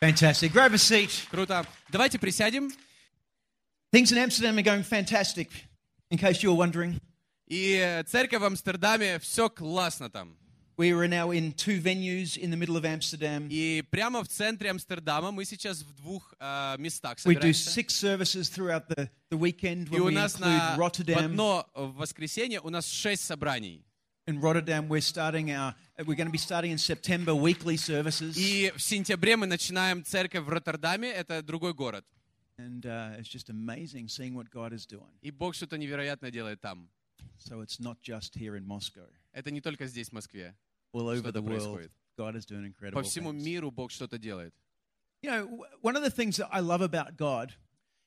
Fantastic. Grab a seat. Круто. Давайте присядем. Things in Amsterdam are going fantastic, in case you were wondering. И церковь в Амстердаме, все классно там. We are now in two venues in the middle of Amsterdam. И прямо в центре Амстердама мы сейчас в двух э, местах We do собираемся. six services throughout the, the weekend И when у we нас include на, в Rotterdam. одно воскресенье у нас шесть собраний. In Rotterdam, we're starting our we're going to be starting in September weekly services, И в сентябре мы начинаем церковь в Роттердаме, это другой город. and uh, it's just amazing seeing what God is doing. И Бог что-то невероятное делает там. So it's not just here in Moscow, Это не только здесь, в Москве. all over the Что-то world. происходит. God is doing incredible По всему things. миру Бог что-то делает. You know, w- one of the things that I love about God,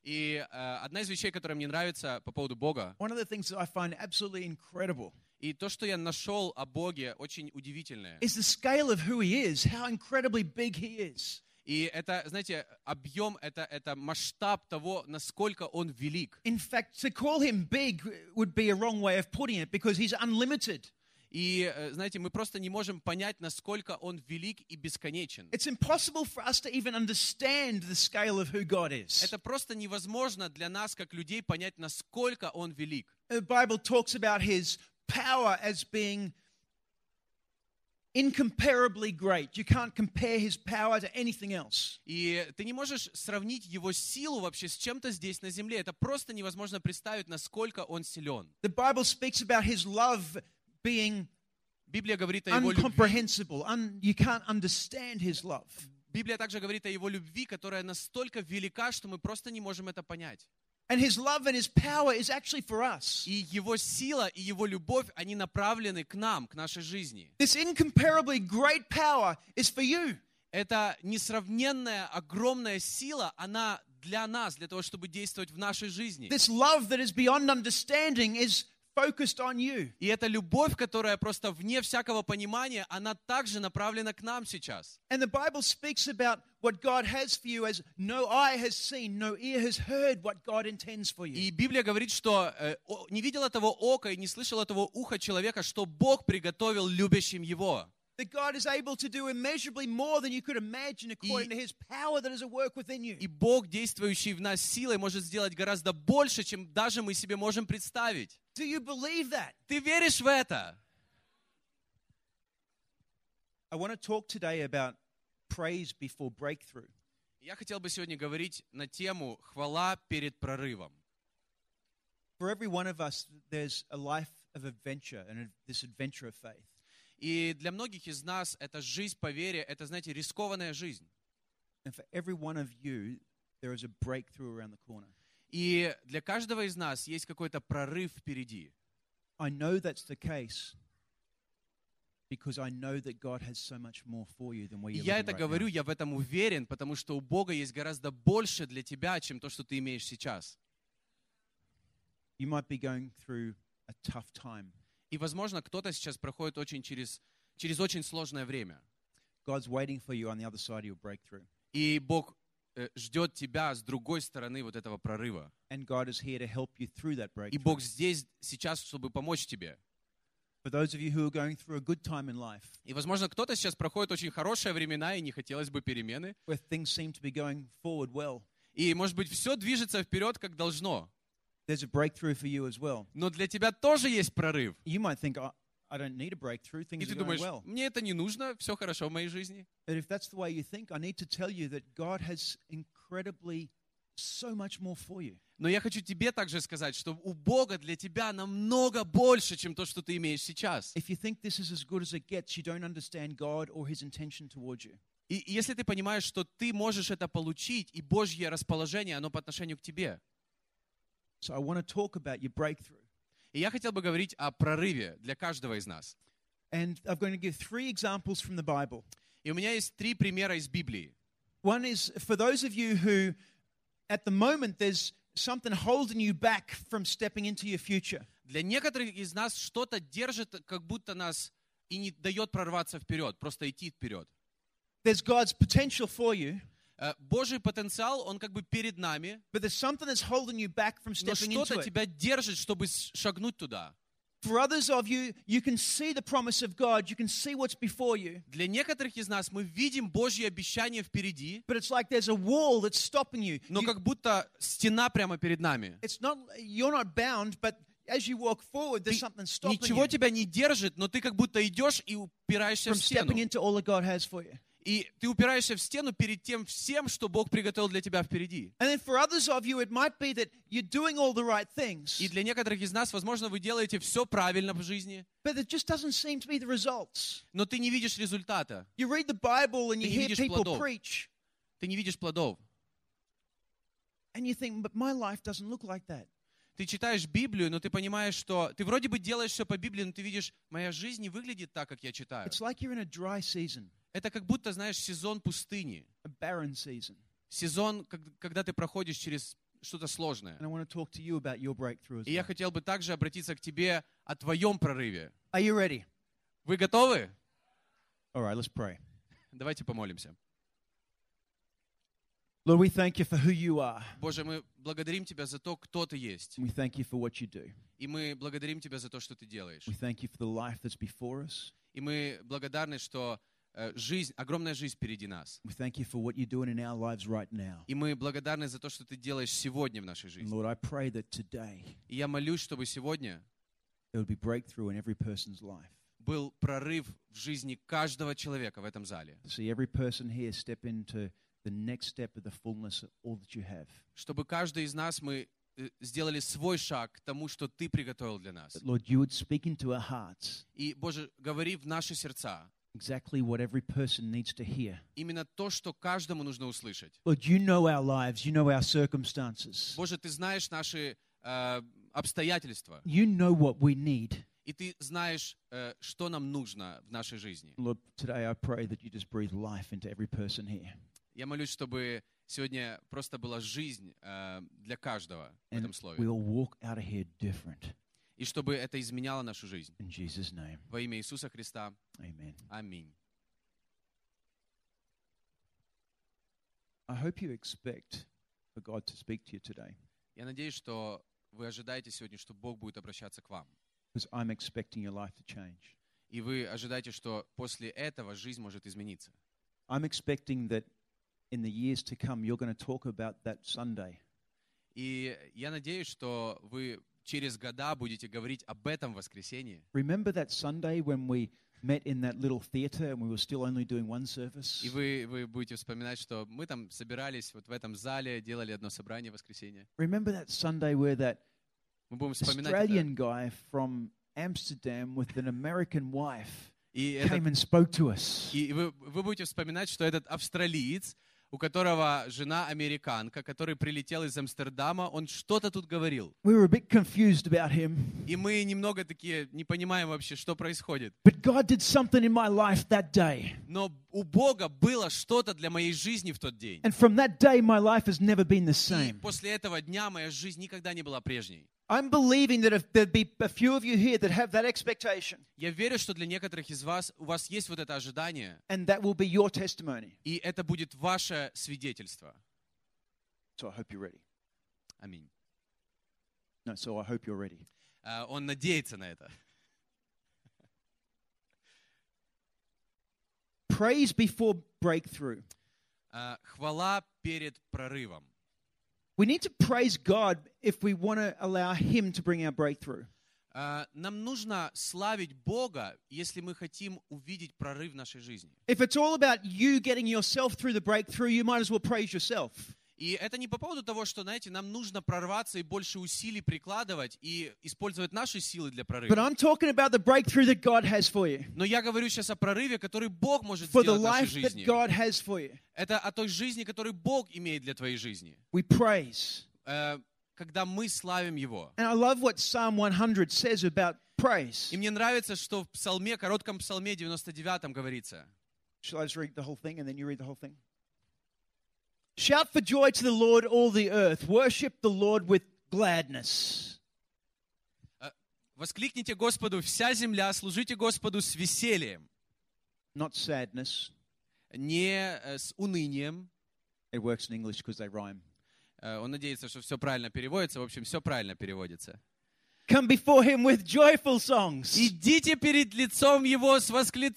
И э, одна из вещей, которая мне нравится по поводу Бога, one of the things that I find absolutely incredible, и то, что я нашел о Боге, очень удивительное. is the scale of who He is, how incredibly big He is. И это, знаете, объем, это, это масштаб того, насколько он велик. In fact, to call Him big would be a wrong way of putting it because He's unlimited. И, э, знаете, мы просто не можем понять, насколько он велик и бесконечен. It's impossible for us to even understand the scale of who God is. Это просто невозможно для нас, как людей, понять, насколько он велик. the Bible talks about his power as being incomparably great. You can't compare his power to anything else. И ты не можешь сравнить его силу вообще с чем-то здесь на земле. Это просто невозможно представить, насколько он силен. The Bible speaks about his love being Библия говорит о его любви. incomprehensible. Un- you can't understand his love. Библия также говорит о его любви, которая настолько велика, что мы просто не можем это понять. And his love and his power is actually for us. И его сила, и его любовь, они направлены к нам, к нашей жизни. This incomparably great power is for you. Эта несравненная, огромная сила, она для нас, для того, чтобы действовать в нашей жизни. This love that is beyond understanding is focused on you. И эта любовь, которая просто вне всякого понимания, она также направлена к нам сейчас. And the Bible speaks about what God has for you as no eye has seen, no ear has heard what God intends for you. И Библия говорит, что э, о- не видел этого ока и не слышал этого уха человека, что Бог приготовил любящим его. That God is able to do immeasurably more than you could imagine according to his power that is at work within you. И Бог, действующий в нас силой, может сделать гораздо больше, чем даже мы себе можем представить. Do you believe that? Ты веришь в это? I want to talk today about praise before breakthrough. Я хотел бы сегодня говорить на тему «Хвала перед прорывом». For every one of us, there's a life of adventure and this adventure of faith. И для многих из нас эта жизнь по вере, это, знаете, рискованная жизнь. And for every one of you, there is a breakthrough around the corner. И для каждого из нас есть какой-то прорыв впереди. I know that's the case because I know that God has so much more for you than where И you're я living это right говорю, now. я в этом уверен, потому что у Бога есть гораздо больше для тебя, чем то, что ты имеешь сейчас. You might be going through a tough time. И, возможно, кто-то сейчас проходит очень через, через очень сложное время. God's waiting for you on the other side of your breakthrough. И Бог э, ждет тебя с другой стороны вот этого прорыва. And God is here to help you through that И breakthrough. Бог здесь сейчас, чтобы помочь тебе. For those of you who are going through a good time in life, И, возможно, кто-то сейчас проходит очень хорошие времена, и не хотелось бы перемены. where things seem to be going forward well, И, может быть, все движется вперед, как должно. there's a breakthrough for you as well. Но для тебя тоже есть прорыв. You might think, I, I don't need a breakthrough, И things ты are going думаешь, well. мне это не нужно, все хорошо в моей жизни. But if that's the way you think, I need to tell you that God has incredibly so much more for you. Но я хочу тебе также сказать, что у Бога для тебя намного больше, чем то, что ты имеешь сейчас. If you think this is as good as it gets, you don't understand God or His intention towards you. И и если ты понимаешь, что ты можешь это получить, и Божье расположение, оно по отношению к тебе. So I want to talk about your breakthrough. И я хотел бы говорить о прорыве для каждого из нас. And I'm going to give three examples from the Bible. И у меня есть три примера из Библии. One is for those of you who, at the moment, there's something holding you back from stepping into your future. Для некоторых из нас что-то держит, как будто нас и не дает прорваться вперед, просто идти вперед. There's God's potential for you, Э, Божий потенциал, он как бы перед нами, but there's something that's holding you back from но stepping into что-то it. тебя держит, чтобы с- шагнуть туда. For others of you, you can see the promise of God, you can see what's before you, Для некоторых из нас мы видим Божье обещание впереди, but it's like there's a wall that's stopping you. но You- как будто стена прямо перед нами. It's not you're not bound, but as you walk forward, there's something stopping Ничего you тебя не держит, но ты как будто идешь и упираешься from в стену. stepping into all that God has for you. И ты упираешься в стену перед тем всем, что Бог приготовил для тебя впереди. And then for others of you, it might be that you're doing all the right И things, для некоторых из нас, возможно, вы делаете все правильно в жизни, but it just doesn't seem to be the results. но ты не видишь результата, You read the Bible and you Ты не hear видишь people плодов. preach, ты не видишь плодов. and you think, but my life doesn't look like that. Ты читаешь Библию, но ты понимаешь, что ты вроде бы делаешь все по Библии, но ты видишь, моя жизнь не выглядит так, как я читаю. It's like you're in a dry season, Это как будто, знаешь, сезон пустыни. a barren season. Сезон, как- когда ты проходишь через что-то сложное. And I want to talk to you about your breakthrough as И я well. хотел бы также обратиться к тебе о твоем прорыве. Are you ready? Вы готовы? All right, let's pray. Давайте помолимся. Lord, we thank you for who you are. Боже, мы благодарим Тебя за то, кто Ты есть. We thank you for what you do. И мы благодарим Тебя за то, что Ты делаешь. We thank you for the life that's before us. И мы благодарны, что э, жизнь, огромная жизнь впереди нас. We thank you for what you're doing in our lives right now. И мы благодарны за то, что Ты делаешь сегодня в нашей And жизни. Lord, I pray that today И я молюсь, чтобы сегодня there would be breakthrough in every person's life. был прорыв в жизни каждого человека в этом зале. To see every person here step into the next step of the fullness of all that you have. Чтобы каждый из нас мы э, сделали свой шаг к тому, что Ты приготовил для нас. That, Lord, you would speak into our hearts И, Боже, говори в наши сердца exactly what every person needs to hear. именно то, что каждому нужно услышать. Lord, you know our lives, you know our circumstances, Боже, Ты знаешь наши э, обстоятельства, you know what we need. и Ты знаешь, э, что нам нужно в нашей жизни. Lord, today I pray that you just breathe life into every person here. Я молюсь, чтобы сегодня просто была жизнь э, для каждого в And этом we слове, all walk out of here different. и чтобы это изменяло нашу жизнь. In Jesus' name, Во имя Иисуса Христа. amen. Аминь. I hope you expect for God to speak to you today Я надеюсь, что вы ожидаете сегодня, что Бог будет обращаться к вам. because I'm expecting your life to change. И вы ожидаете, что после этого жизнь может измениться. I'm expecting that in the years to come, you're going to talk about that Sunday И я надеюсь, что вы через года будете говорить об этом воскресенье. Remember that Sunday when we met in that little theatre and we were still only doing one service? И вы, вы будете вспоминать, что мы там собирались вот в этом зале, делали одно собрание в воскресенье. Remember that Sunday where that Мы будем вспоминать это. Australian guy from Amsterdam with an American wife И, этот- came and spoke to us? и вы, вы будете вспоминать, что этот австралиец, у которого жена американка, который прилетел из Амстердама, он что-то тут говорил. We were a bit confused about him, И мы немного такие не понимаем вообще, что происходит. but God did something in my life that day. Но у Бога было что-то для моей жизни в тот день. And from that day, my life has never been the И same. после этого дня моя жизнь никогда не была прежней. I'm believing that if there'd be a few of you here that have that expectation, Я верю, что для некоторых из вас у вас есть вот это ожидание, and that will be your testimony. и это будет ваше свидетельство. So I hope you're ready. Аминь. No, so I hope you're ready. Э, Он надеется на это. Praise before breakthrough. Э, Хвала перед прорывом. We need to praise God if we want to allow Him to bring our breakthrough. Э, Нам нужно славить Бога, если мы хотим увидеть прорыв в нашей жизни. If it's all about you getting yourself through the breakthrough, you might as well praise yourself. И это не по поводу того, что, знаете, нам нужно прорваться и больше усилий прикладывать и использовать наши силы для But прорыва. I'm talking about the breakthrough that God has for you, Но я говорю сейчас о прорыве, который Бог может for the сделать в нашей life that жизни. God has for you. Это о той жизни, которую Бог имеет для твоей жизни. We praise. э, когда мы славим Его. And I love what Psalm 100 says about praise. И мне нравится, что в псалме, коротком псалме 99 говорится. Shall I just read the whole thing and then you read the whole thing? Shout for joy to the Lord, all the earth. Worship the Lord with gladness. «Воскликните Господу вся земля, служите Господу с весельем, Not sadness. не э, с унынием». It works in English because they rhyme. Э, Он надеется, что все правильно переводится. В общем, все правильно переводится. Come before him with joyful songs. Идите перед лицом Его с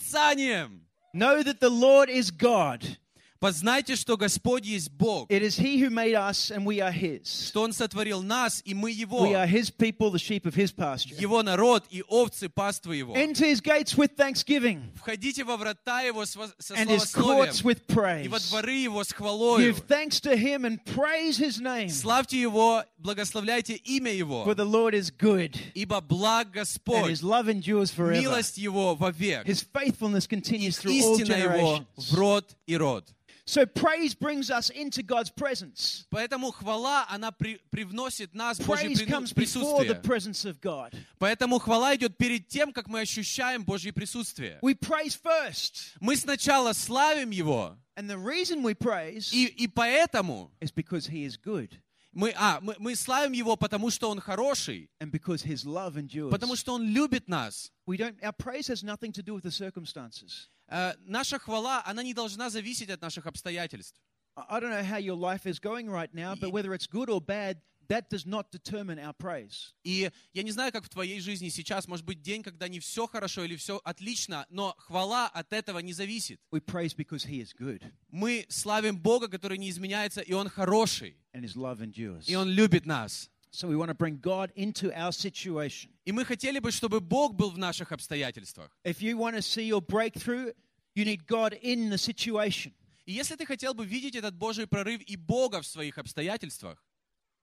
восклицанием. Know that the Lord is God. Познайте, что Господь есть Бог, It is he who made us, and we are his. что Он сотворил нас, и мы We Его, are his people, the sheep of his pasture. Его народ и овцы паствы Его. Enter his gates with thanksgiving Входите во врата Его с вос- со and his courts словословием with и во praise. дворы Его с Give хвалою. thanks to him and praise his name, Славьте Его, благословляйте имя for Его, the Lord is good ибо благ and Господь, his love endures forever. милость Его вовек, His faithfulness continues through all истина Его в generations. род и род. So praise brings us into God's presence. Поэтому хвала, она при- привносит нас в Божье Praise прину- comes before the присутствие. presence of God. Поэтому хвала идет перед тем, как мы ощущаем Божье присутствие. We praise first. Мы сначала славим Его, And the reason we praise и, и поэтому is because he is good мы, а, мы, мы славим Его, потому что Он хороший, and because his love endures. потому что Он любит нас. We don't our praise has nothing to do with the circumstances. Э, наша хвала, она не должна зависеть от наших обстоятельств. I- I don't know how your life is going right now, but whether it's good or bad, that does not determine our praise. И я не знаю, как в твоей жизни сейчас, может быть, день, когда не все хорошо или все отлично, но хвала от этого не зависит. We praise because he is good Мы славим Бога, который не изменяется, и Он хороший, and his love endures. и Он любит нас. So we want to bring God into our situation. И мы хотели бы, чтобы Бог был в наших обстоятельствах. If you want to see your breakthrough, you need God in the situation И если ты хотел бы видеть этот Божий прорыв и Бога в своих обстоятельствах,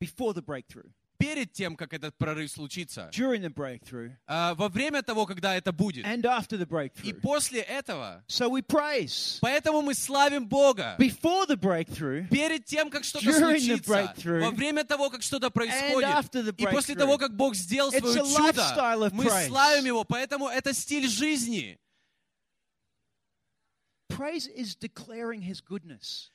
before the breakthrough, перед тем, как этот прорыв случится, during the breakthrough, а, во время того, когда это будет, and after the и breakthrough. после этого, So we praise поэтому мы славим Бога before the breakthrough перед тем, как что-то During the случится, breakthrough. во время того, как что-то происходит, after the и после breakthrough. того, как Бог сделал It's свое a lifestyle чудо, of мы praise. славим Его, поэтому это стиль жизни. Praise is declaring his goodness.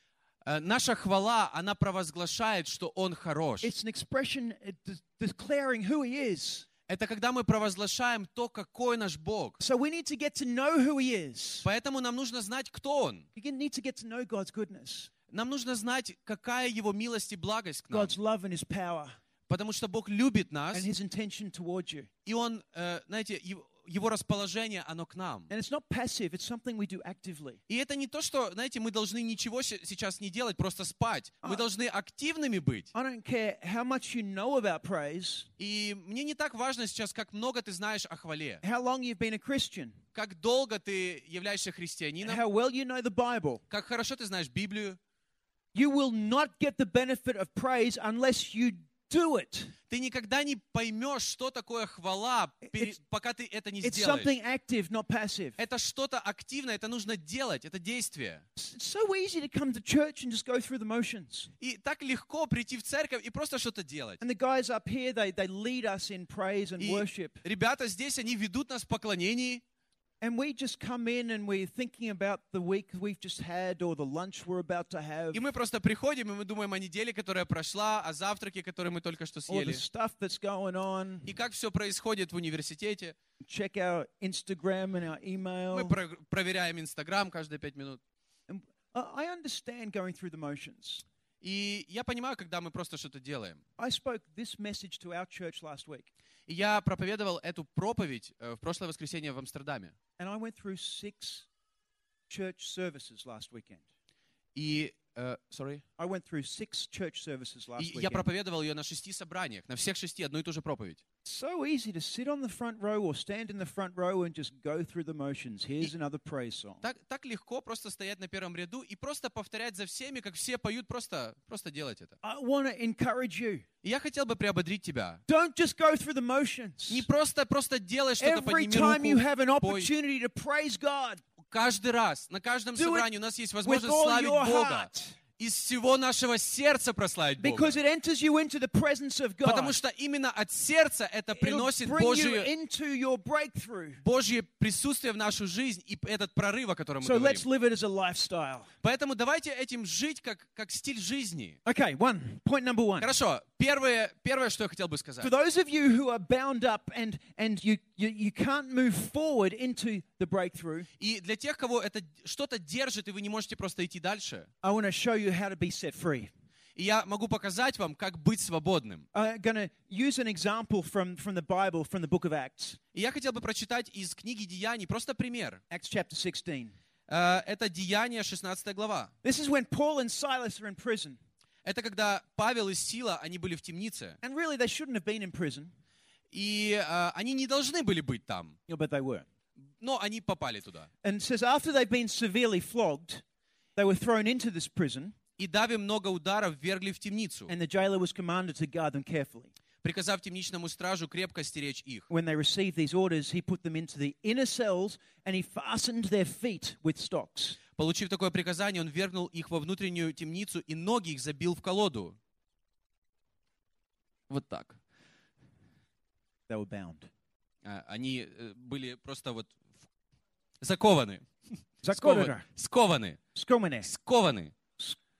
Э, Наша хвала, она провозглашает, что Он хорош. It's an expression uh, de- declaring who he is. Это когда мы провозглашаем то, какой наш Бог. So we need to get to know who he is. Поэтому нам нужно знать, кто Он. You need to get to know God's goodness, Нам нужно знать, какая Его милость и благость к нам. God's love and his power Потому что Бог любит нас, and his intention toward you. и Он, э, знаете, Ев- Его расположение, оно к нам. And it's not passive, it's something we do actively. И это не то, что, знаете, мы должны ничего се- сейчас не делать, просто спать. Мы А. должны активными быть. I don't care how much you know about praise, И мне не так важно сейчас, как много ты знаешь о хвале, how long you've been a Christian, как долго ты являешься христианином, how well you know the Bible. как хорошо ты знаешь Библию. You will not get the benefit of praise unless you do it. Ты никогда не поймешь, что такое хвала, Э, пере- It's- пока ты это не It's сделаешь. something active, not passive. Это что-то активное, это нужно делать, это действие. It's so easy to come to church and just go through the motions. И так легко прийти в церковь и просто что-то делать. And the guys up here, they, they lead us in praise and И worship. ребята здесь, они ведут нас в поклонении, And we just come in and we're thinking about the week we've just had or the lunch we're about to have и мы просто приходим, и мы думаем о неделе, которая прошла, о завтраке, который мы только что or the съели, stuff that's going on. и как все происходит в университете. Check our Instagram and our email. Мы про- проверяем Инстаграм каждые пять минут. Uh, I I understand going through the motions. И я понимаю, когда мы просто что-то делаем. I spoke this message to our church last week, И я проповедовал эту проповедь э, в прошлое воскресенье в Амстердаме. and I went through six church services last weekend. И, э, sorry. I went through six church services last И я weekend. проповедовал ее на шести собраниях, на всех шести одну и ту же проповедь. so easy to sit on the front row or stand in the front row and just go through the motions. Here's another praise song. Так, так легко просто стоять на первом ряду и просто повторять за всеми, как все поют, просто, просто делать это. I want to encourage you. И я хотел бы приободрить тебя. Don't just go through the Не motions. просто, просто делай что-то, Every подними time you руку. have an пой. opportunity to praise God Каждый раз, на каждом Do it собрании у нас есть with возможность all славить your Бога. heart, Из всего нашего сердца прославить Бога. because it enters you into the presence of Потому God. что именно от сердца это It'll приносит bring you Божье, into your breakthrough. Божье присутствие в нашу жизнь и этот прорыв, о котором мы So говорим. let's live it as a lifestyle. Поэтому давайте этим жить как, как стиль жизни. Okay, one point number one. Хорошо, первое, первое, что я хотел бы сказать. For those of you who are bound up and and you you, you can't move forward into the breakthrough, И для тех, кого это д- что-то держит, и вы не можете просто идти дальше, I want to show you how to be set free. И я могу показать вам, как быть свободным. I'm going to use an example from, from the Bible, from the book of Acts, И я хотел бы prочитать из книги Деяний просто пример. Acts chapter 16. Э, Это Деяние, 16 глава. This is when Paul and Silas are in prison. Это когда Павел и Сила, они были в темнице. And really, they shouldn't have been in prison, И э, они не должны были быть там, yeah, but they were. но они попали туда. And it says, after they've been severely flogged, they were thrown into this prison, И дави много ударов вергли в темницу, and the jailer was commanded to guard them carefully. приказав темничному стражу крепко стеречь их. When they received these orders, he put them into the inner cells and he fastened their feet with stocks. Получив такое приказание, он вернул их во внутреннюю темницу и ноги их забил в колоду. Вот так. They were bound. А, Они э, были просто вот в- закованы. Zakorana, Скованы. skomene, Скованы.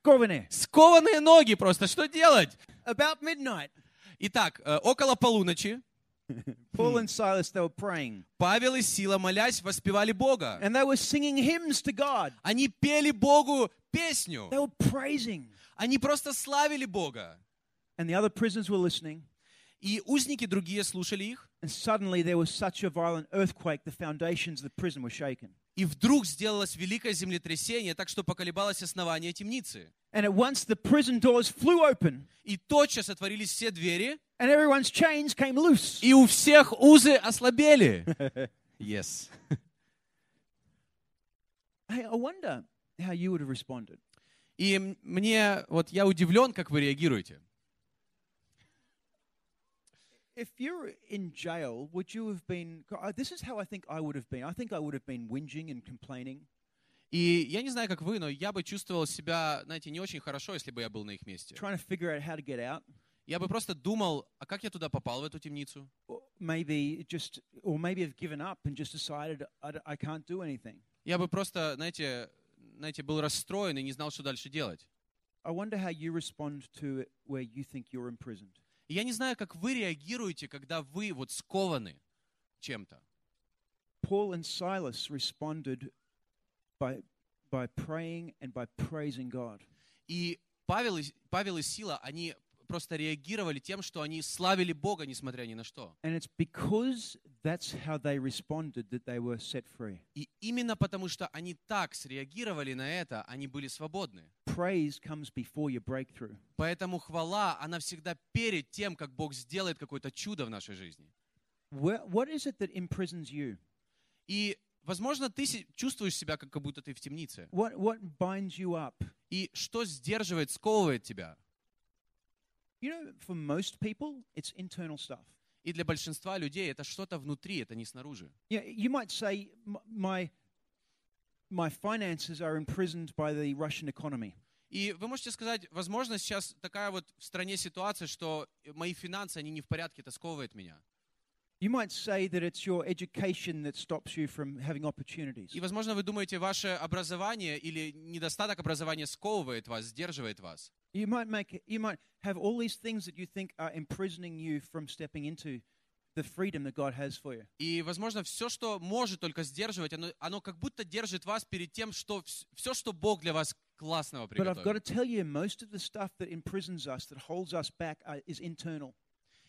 skomene. Скованные ноги просто. Что делать? About midnight, Итак, э, около полуночи Paul and Silas, they were praying Павел и Сила, молясь, воспевали Бога. and they were singing hymns to God. Они пели Богу песню. They were praising. Они просто славили Бога. And the other prisoners were listening. И узники другие слушали их. And suddenly there was such a violent earthquake, the foundations of the prison were shaken. И вдруг сделалось великое землетрясение, так что поколебалось основание темницы. And at once the prison doors flew open, И тотчас отворились все двери, and everyone's chains came loose. и у всех узы ослабели. Yes. Hey, I wonder how you would have responded. И м- мне, вот я удивлен, как вы реагируете. If you're in jail, would you have been? uh, This is how I think I would have been. I think I would have been whinging and complaining. И я не знаю, как вы, но я бы чувствовал себя, знаете, не очень хорошо, если бы я был на их месте. trying to figure out how to get out. Я бы просто думал, а как я туда попал, в эту темницу? Or maybe just, or maybe have given up and just decided I, d- I can't do anything. Я бы просто, знаете, знаете, был расстроен и не знал, что дальше делать. I wonder how you respond to it where you think you're imprisoned. И я не знаю, как вы реагируете, когда вы вот скованы чем-то. Paul and Silas responded by by praying and by praising God. И Павел, и- Павел и Сила, они просто реагировали тем, что они славили Бога, несмотря ни на что. And it's because that's how they responded that they were set free. И именно потому, что они так среагировали на это, они были свободны. Praise comes before your breakthrough. Поэтому хвала, она всегда перед тем, как Бог сделает какое-то чудо в нашей жизни. Where, what is it that imprisons you? И, возможно, ты се- чувствуешь себя, как как будто ты в темнице. What what binds you up? И что сдерживает, сковывает тебя? You know, for most people, it's internal stuff. И для большинства людей это что-то внутри, это не снаружи. Yeah, you might say "M- my my finances are imprisoned by the Russian economy. И вы можете сказать, возможно, сейчас такая вот в стране ситуация, что мои финансы, они не в порядке, это сковывает меня. You might say that it's your education that stops you from having opportunities. И, возможно, вы думаете, ваше образование или недостаток образования сковывает вас, сдерживает вас. You might make it- you might have all these things that you think are imprisoning you from stepping into the freedom that God has for you. И, возможно, все, что может только сдерживать, оно, оно как будто держит вас перед тем, что все, что Бог для вас классного But I've got приготовил. to tell you, most of the stuff that imprisons us, that holds us back, uh, is internal.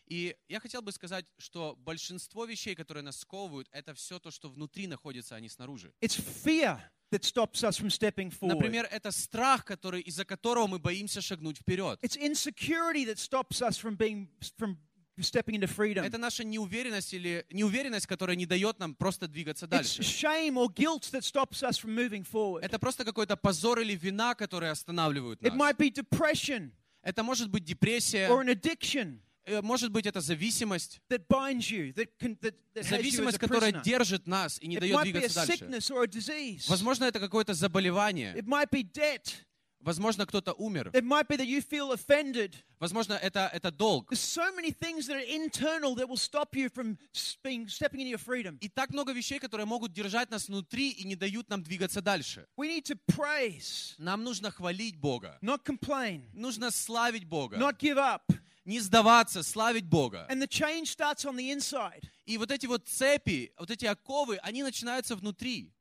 И я хотел бы сказать, что большинство вещей, которые нас сковывают, это все то, что внутри находится, а не снаружи. It's fear that stops us from stepping forward. Например, это страх, который, из-за которого мы боимся шагнуть вперед. It's insecurity that stops us from being from stepping into freedom. Это наша неуверенность или неуверенность, которая не дает нам просто двигаться It's дальше. shame or guilt that stops us from moving forward. Это просто какой-то позор или вина, которые останавливают It нас. might be depression Это может быть депрессия, or an addiction э, может быть это зависимость. that binds you, that can that, that has you as Зависимость, a которая prisoner. держит нас и не It дает might be a двигаться дальше. sickness or a disease. Возможно, это какое-то заболевание. It might be debt. Возможно, кто-то умер. It might be that you feel offended. Возможно, это, это долг. There's so many things that are internal that will stop you from s- being stepping into your freedom. И так много вещей, которые могут держать нас внутри и не дают нам двигаться дальше. We need to praise, Нам нужно хвалить Бога. not complain, Нужно славить Бога. not give up. Не сдаваться, славить Бога. And the change starts on the inside. И вот эти вот цепи, вот эти оковы, они начинаются внутри.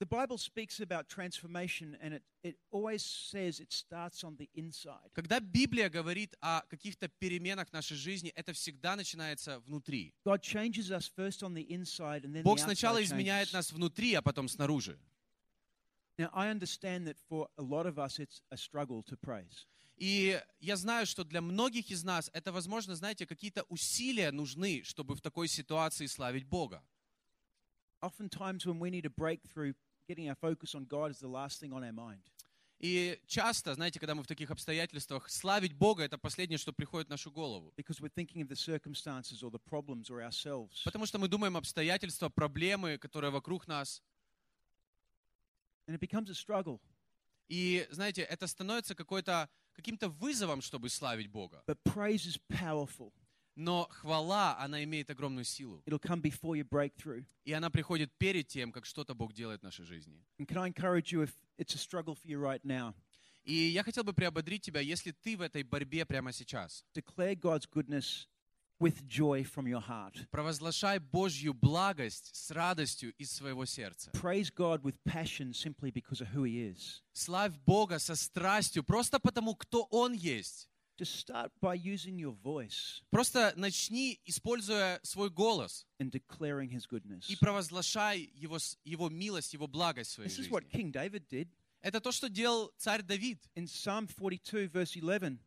The Bible speaks about transformation, and it, it always says it starts on the inside. Когда Библия говорит о каких-то переменах в нашей жизни, это всегда начинается внутри. God changes us first on the inside, and then Бог the сначала outside изменяет changes. нас внутри, а потом снаружи. Now, I understand that for a lot of us, it's a struggle to praise. И я знаю, что для многих из нас это, возможно, знаете, какие-то усилия нужны, чтобы в такой ситуации славить Бога. Oftentimes, when we need a breakthrough, getting our focus on God is the last thing on our mind. И часто, знаете, когда мы в таких обстоятельствах, славить Бога — это последнее, что приходит в нашу голову. because we're thinking of the circumstances or the problems or ourselves. Потому что мы думаем обстоятельства, проблемы, которые вокруг нас. And it becomes a struggle. И, знаете, это становится какой-то, каким-то вызовом, чтобы славить Бога. But praise is powerful. Но хвала, она имеет огромную силу. It'll come before your breakthrough. И она приходит перед тем, как что-то Бог делает в нашей жизни. And can I encourage you if it's a struggle for you right now? И я хотел бы приободрить тебя, если ты в этой борьбе прямо сейчас. Declare God's goodness with joy from your heart. Провозглашай Божью благость с радостью из своего сердца. Praise God with passion simply because of who He is. Славь Бога со страстью, просто потому, кто Он есть. Just start by using your voice Просто начни, используя свой голос, and declaring His goodness. и провозглашай Его, с- его милость, Его благость в своей This is жизни. what King David did. Это то, что делал царь Давид. In Psalm 42, verse 11,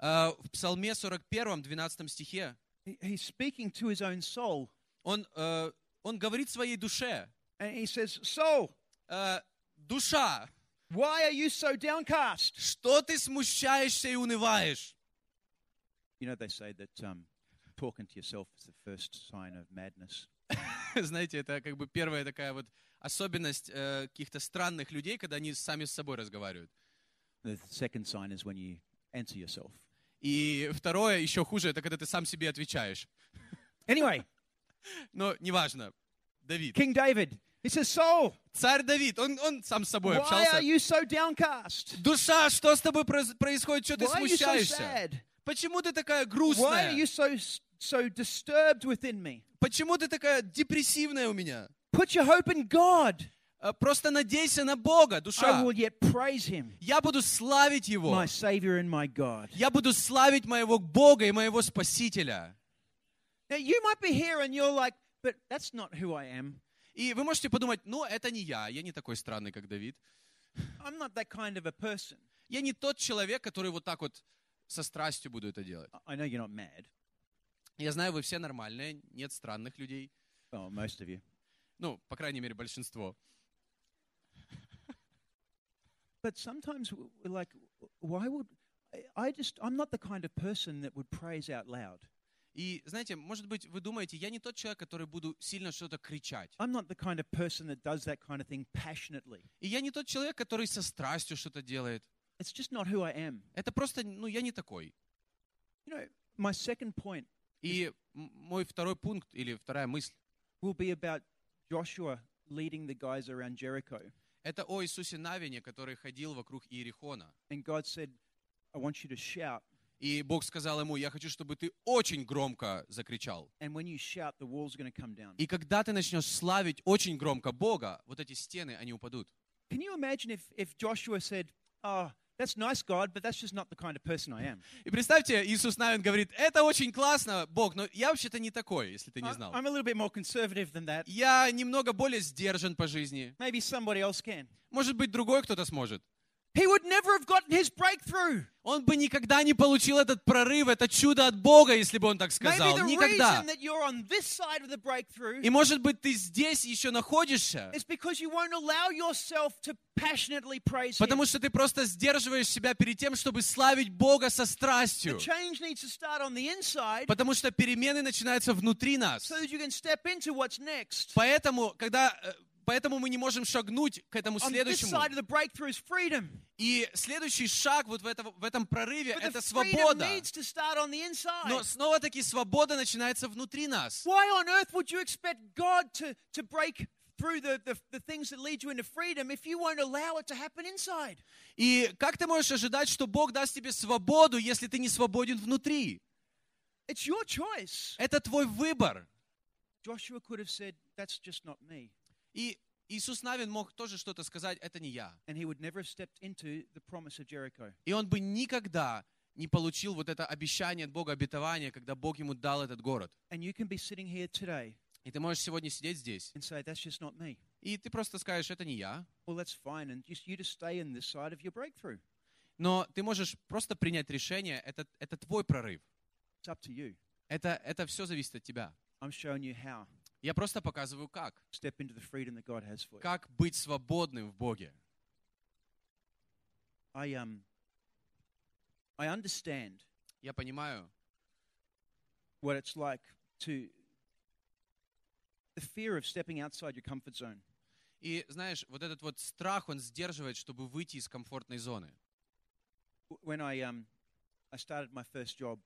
Э, В Псалме 41, 12 стихе he- he's speaking to his own soul. он, э, он говорит своей душе, And he says, Soul, э, «Душа, Why are you so downcast? что ты смущаешься и унываешь?» You know, they say that um, talking to yourself is the first sign of madness. Знаете, это как бы первая такая вот особенность э, каких-то странных людей, когда они сами с собой разговаривают. The second sign is when you answer yourself. И второе, еще хуже, это когда ты сам себе отвечаешь. Anyway, Но неважно. Давид. King David, he says, Soul, Царь Давид, он, он сам с собой why общался. are you so downcast? Душа, что с тобой произ- происходит? Что ты Why are you so смущаешься? sad? Почему ты такая Why are you грустная? so, so disturbed within me? Почему ты такая депрессивная у меня? Put your hope in God. А, Просто надейся на Бога, I душа. will yet praise him, Я буду славить Его. my Savior and my God. Я буду славить моего Бога и моего Спасителя. Now, you might be here and you're like, but that's not who I am. И вы можете подумать, ну, это не я, я не такой странный, как Давид. I'm not that kind of a person. Я не тот человек, который вот так вот со страстью буду это делать. I- I know you're not mad. Я знаю, вы все нормальные, нет странных людей. Well, most of you. Ну, по крайней мере, большинство. But sometimes w- we're like, w- why would I- I just, I'm not the kind of person that would praise out loud. И, знаете, может быть, вы думаете, я не тот человек, который буду сильно что-то кричать. I'm not the kind of person that does that kind of thing passionately. И я не тот человек, который со страстью что-то делает. It's just not who I am. Это просто, ну, я не такой. You know, my second point И м- мой второй пункт или вторая мысль, will be about Joshua leading the guys around Jericho. это о Иисусе Навине, который ходил вокруг Иерихона. And God said, I want you to shout. И Бог сказал ему, я хочу, чтобы ты очень громко закричал. And when you shout, the wall's going to come down. И когда ты начнешь славить очень громко Бога, вот эти стены, они упадут. Can you imagine if, if Joshua said, Oh, that's nice, God, but that's just not the kind of person I am? И представьте, Иисус Навин говорит, это очень классно, Бог, но я вообще-то не такой, если ты не I- знал. I'm a little bit more conservative than that. Я немного более сдержан по жизни. Maybe somebody else can. Может быть, другой кто-то сможет. He would never have gotten his breakthrough. Он бы никогда не получил этот прорыв, это чудо от Бога, если бы он так Maybe сказал. the Никогда. reason that you're on this side of the breakthrough И может быть, ты здесь еще находишься, is because you won't allow yourself to passionately praise Him. потому что ты просто сдерживаешь себя перед тем, чтобы славить Бога со The страстью. change needs to start on the inside Потому что перемены начинаются внутри нас. so that you can step into what's next. Поэтому, когда, э, поэтому мы не можем шагнуть к этому On this следующему. side of the breakthrough is freedom. И следующий шаг вот в, этого- в этом прорыве — But это the freedom свобода. needs to start on the Но inside. снова-таки свобода начинается внутри нас. Why on earth would you expect God to, to break through the, the, the things that lead you into freedom if you won't allow it to happen inside? И как ты можешь ожидать, что Бог даст тебе свободу, если ты не свободен внутри? It's your choice. Это твой выбор. Joshua could have said, That's just not me. И Иисус Навин мог тоже что-то сказать, это не я. and he would never have stepped into the promise of Jericho. И он бы никогда не получил вот это обещание от Бога, обетование, когда Бог ему дал этот город. And you can be sitting here today И ты можешь сегодня сидеть здесь, and say, that's just not me. и ты просто скажешь, это не я. Well, that's fine. And just you just stay in this side of your breakthrough. Но ты можешь просто принять решение, это, это твой прорыв. It's up to you. Это, это все зависит от тебя. I'm showing you how. Я просто показываю, как. Step into the freedom that God has for you. Как быть свободным в Боге. I um I understand Я понимаю what it's like to the fear of stepping outside your comfort zone. И знаешь, вот этот вот страх, он сдерживает, чтобы выйти из комфортной зоны. W- When I um I started my first job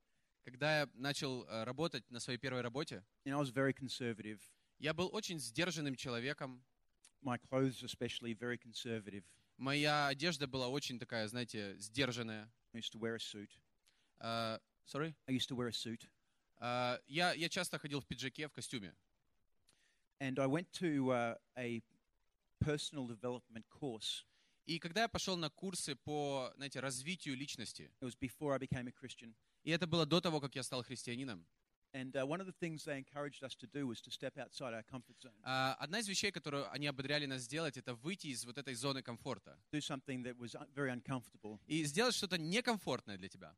Когда я начал э, работать на своей первой работе, and I was very conservative. я был очень сдержанным человеком. My clothes especially very conservative. Моя одежда была очень такая, знаете, сдержанная. I used to wear a suit. Э, sorry? I used to wear a suit. Э, я, я часто ходил в пиджаке, в костюме. And I went to uh, a personal development course. И когда я пошел на курсы по, знаете, развитию личности, It was before I became a Christian. и это было до того, как я стал христианином, And uh, one of the things they encouraged us to do was to step outside our comfort zone, э, одна из вещей, которую они ободряли нас сделать, это выйти из вот этой зоны комфорта do something that was uh, very uncomfortable. и сделать что-то некомфортное для тебя.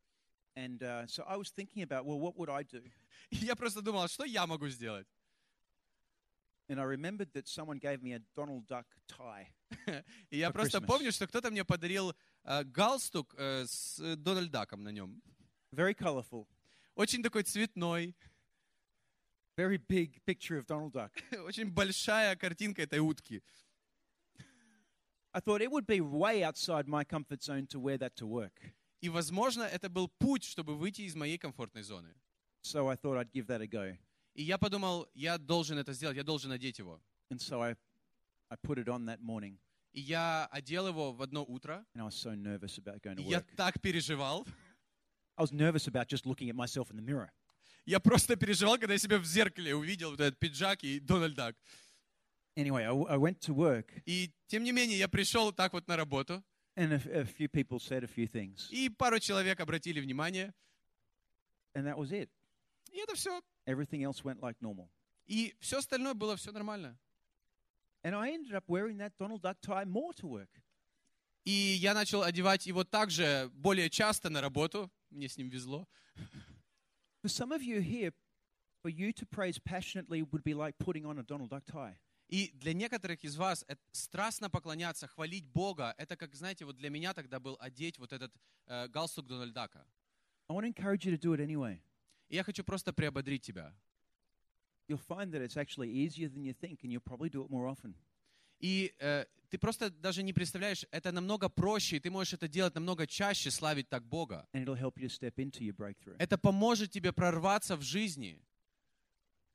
And uh, so I was thinking about, well, what would I do? И я просто думал, «А что я могу сделать? And I remembered that someone gave me a Donald Duck tie. И я For просто Christmas. помню, что кто-то мне подарил э, галстук э, с э, Дональд Даком на нем. Very colorful, Очень такой цветной, very big picture of Donald Duck. очень большая картинка этой утки. I thought it would be way outside my comfort zone to wear that to work. И, возможно, это был путь, чтобы выйти из моей комфортной зоны. So I thought I'd give that a go. И я подумал, я должен это сделать, я должен одеть его. And so I, I put it on that morning, И я одел его в одно утро. and I was so nervous about going И to я work. так переживал. I was nervous about just looking at myself in the mirror. Я просто переживал, когда я себя в зеркале увидел, вот этот пиджак и Дональд Дак. Anyway, I, w- I went to work, И, тем не менее, я пришел так вот на работу. and a, f- a few people said a few things, И пару человек обратили внимание. and that was it. И это все. Everything else went like normal. И все остальное было все нормально. And I ended up wearing that Donald Duck tie more to work. И я начал одевать его также более часто на работу. Мне с ним везло. For some of you here, for you to praise passionately would be like putting on a Donald Duck tie. И для некоторых из вас э, страстно поклоняться, хвалить Бога, это как, знаете, вот для меня тогда был одеть вот этот э, галстук Дональдака. I want to encourage you to do it anyway. И я хочу просто приободрить тебя. You'll find that it's actually easier than you think, and you'll probably do it more often. И э, ты просто даже не представляешь, это намного проще, и ты можешь это делать намного чаще, славить так Бога. And it'll help you to step into your breakthrough. Это поможет тебе прорваться в жизни.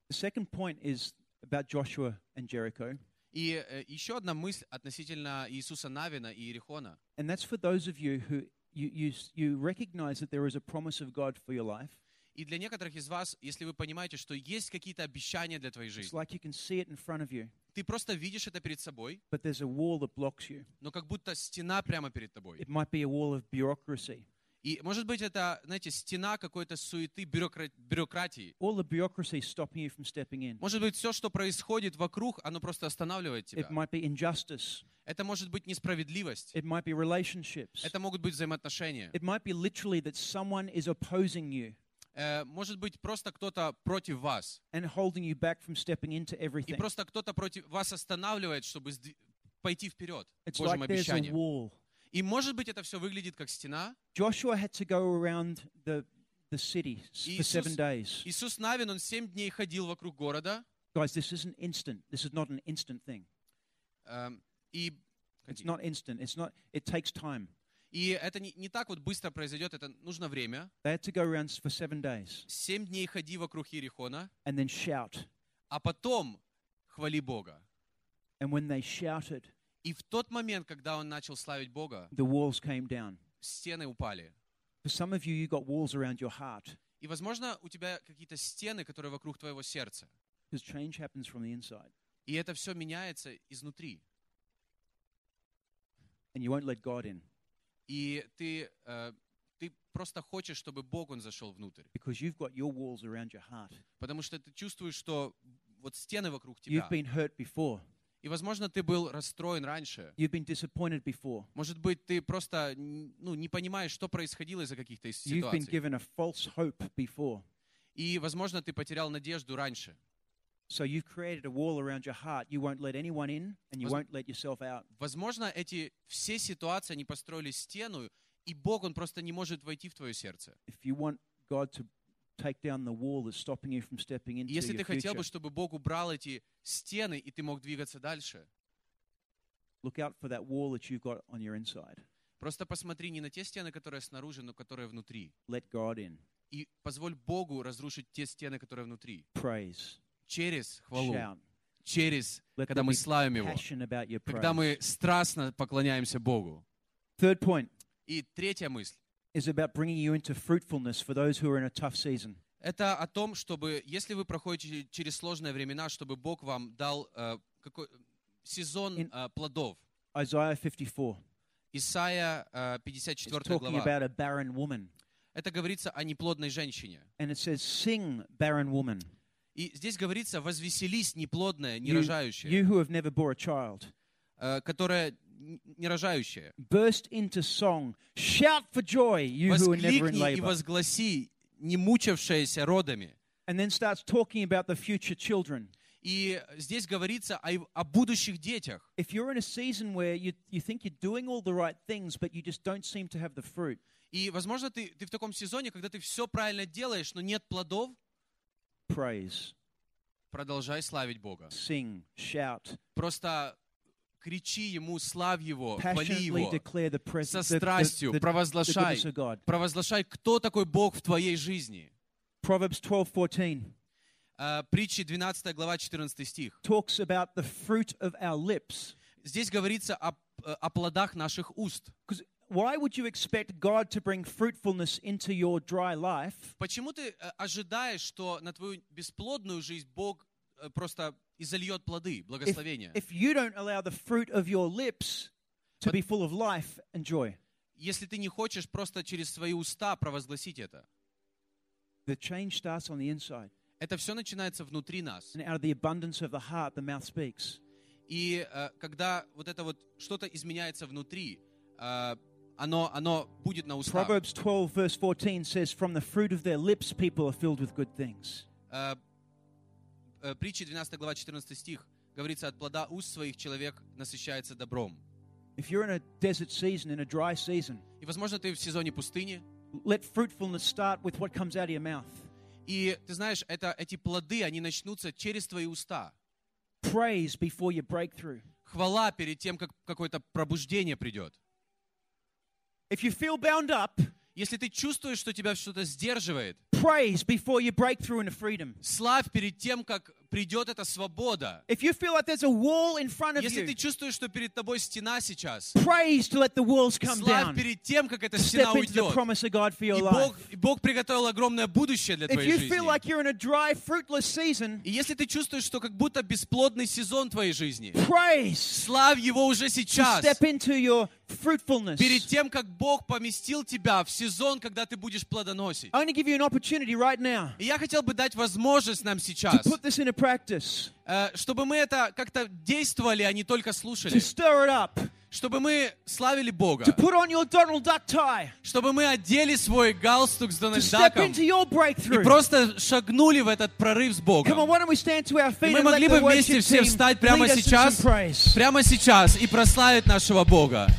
The second point is about Joshua and Jericho. И э, еще одна мысль относительно Иисуса Навина и Иерихона. And that's for those of you who you, you, s- you recognize that there is a promise of God for your life. И для некоторых из вас, если вы понимаете, что есть какие-то обещания для твоей It's жизни, like you can see it in front of you, ты просто видишь это перед собой, but there's a wall that blocks you. но как будто стена прямо перед тобой. It might be a wall of bureaucracy. И, может быть, это, знаете, стена какой-то суеты, бюрокра- бюрократии. All the bureaucracy is stopping you from stepping in. Может быть, все, что происходит вокруг, оно просто останавливает тебя. It might be injustice. Это может быть несправедливость. It might be relationships. Это могут быть взаимоотношения. It might be literally that someone is opposing you Э, может быть, просто кто-то против вас. and holding you back from stepping into И everything. просто кто-то против вас останавливает, чтобы сдви- пойти вперед к It's Божьим like there's a обещаниям. wall. И, может быть, это все выглядит как стена. Joshua had to go around the, the city s- for Иисус- seven days. Иисус Навин, он семь дней ходил вокруг города. Guys, this isn't instant. This is not an instant thing. Эм, И, It's Continue. not instant. It's not. It takes time. и это не, не так вот быстро произойдет, это нужно время. They had to go around s- for seven days Семь дней ходи вокруг Иерихона, and then shout. а потом хвали Бога. And when they shouted, И в тот момент, когда он начал славить Бога, the walls came down. стены упали. For some of you, you got walls around your heart И, возможно, у тебя какие-то стены, которые вокруг твоего сердца. because change happens from the inside. И это все меняется изнутри. and you won't let God in И ты, э, ты просто хочешь, чтобы Бог, Он зашел внутрь. because you've got your walls around your heart. Потому что ты чувствуешь, что вот стены вокруг тебя. You've been hurt before. И, возможно, ты был расстроен раньше. You've been disappointed before. Может быть, ты просто н- ну, не понимаешь, что происходило из-за каких-то из You've been ситуаций. given a false hope before. И, возможно, ты потерял надежду раньше. So you've created a wall around your heart. You won't let anyone in and you Возм- won't let yourself out. Возможно, эти все ситуации, они построили стену, и Бог, Он просто не может войти в твое сердце. If you want God to take down the wall that's stopping you from stepping И into если your ты хотел future, бы, чтобы Бог убрал эти стены, и ты мог двигаться дальше, look out for that wall that you've got on your inside. просто посмотри не на те стены, которые снаружи, но которые внутри. Let God in. И позволь Богу разрушить те стены, которые внутри. Praise. Через хвалу, Shout. через, Let когда there мы be славим Его, passion about your praise. когда мы страстно поклоняемся Богу. Third point И третья мысль. is about bringing you into fruitfulness for those who are in a tough season. Это о том, чтобы, если вы проходите через сложные времена, чтобы Бог вам дал э, какой, сезон In- э, плодов. Isaiah 54 Исайя э, is 54 talking глава. about a barren woman. Это говорится о неплодной женщине. And it says, Sing, barren woman, И здесь говорится, возвеселись неплодная, you, нерожающая, you who have never bore a child. э, которая н- нерожающая. Burst into song, shout for joy, you who are never in Воскликни и labor. возгласи, не мучавшаяся родами. and then starts talking about the future children. И здесь говорится о, о будущих детях. If you're in a season where you, you think you're doing all the right things, but you just don't seem to have the fruit, И, возможно, ты, ты в таком сезоне, когда ты все правильно делаешь, но нет плодов, praise, продолжай славить Бога. sing, shout, Просто кричи Ему, славь Его, хвали passionately Его, declare the со presence the, the, страстью, the- the провозглашай, goodness of God. провозглашай, кто такой Бог в твоей жизни. Proverbs 12:14 Э, Притчи 12 глава 14 стих. talks about the fruit of our lips. Здесь говорится о, э, о плодах наших уст. Because why would you expect God to bring fruitfulness into your dry life Почему ты э, ожидаешь, что на твою бесплодную жизнь Бог э, просто изольет плоды, if, благословения? if you don't allow the fruit of your lips to be full of life and joy? Если ты не хочешь просто через свои уста провозгласить это. The change starts on the inside, Это все начинается внутри нас. and out of the abundance of the heart, the mouth speaks. И э, когда вот это вот что-то изменяется внутри, э, оно, оно будет на устах. Proverbs 12, verse 14 says, From the fruit of their lips, people are filled with good things. Э, э, притчи 12 глава 14 стих говорится, от плода уст своих человек насыщается добром. If you're in a desert season, in a dry season, И, возможно, ты в сезоне пустыни, let fruitfulness start with what comes out of your mouth. и ты знаешь, это, эти плоды, они начнутся через твои уста. Praise before your breakthrough. Хвала перед тем, как какое-то пробуждение придет. If you feel bound up, Если ты чувствуешь, что тебя что-то сдерживает, praise before your breakthrough into freedom. славь перед тем, как придет эта свобода. If you feel like there's a wall in front of Если you, ты чувствуешь, что перед тобой стена сейчас, praise to let the walls come славь down. перед тем, как эта стена Step into the уйдет. promise of God for your И life. Бог, и Бог приготовил огромное будущее для If твоей you feel жизни. like you're in a dry, fruitless season, И если ты чувствуешь, что как будто бесплодный сезон твоей жизни, praise славь его уже to сейчас. step into your fruitfulness. Перед тем, как Бог поместил тебя в сезон, когда ты будешь плодоносить. I want to give you an opportunity right now И я хотел бы дать возможность нам to сейчас, put this into practice, э, чтобы мы это как-то действовали, а не только слушали. to stir it up, Чтобы мы славили Бога. to put on your Donald Duck tie, Чтобы мы одели свой галстук с to step Дональдаком into your и breakthrough. просто шагнули в этот прорыв с Come on, Богом. why don't we stand to our feet И мы and let могли the бы вместе worship все team встать lead прямо us in some сейчас, praise. прямо сейчас и прославить нашего Бога.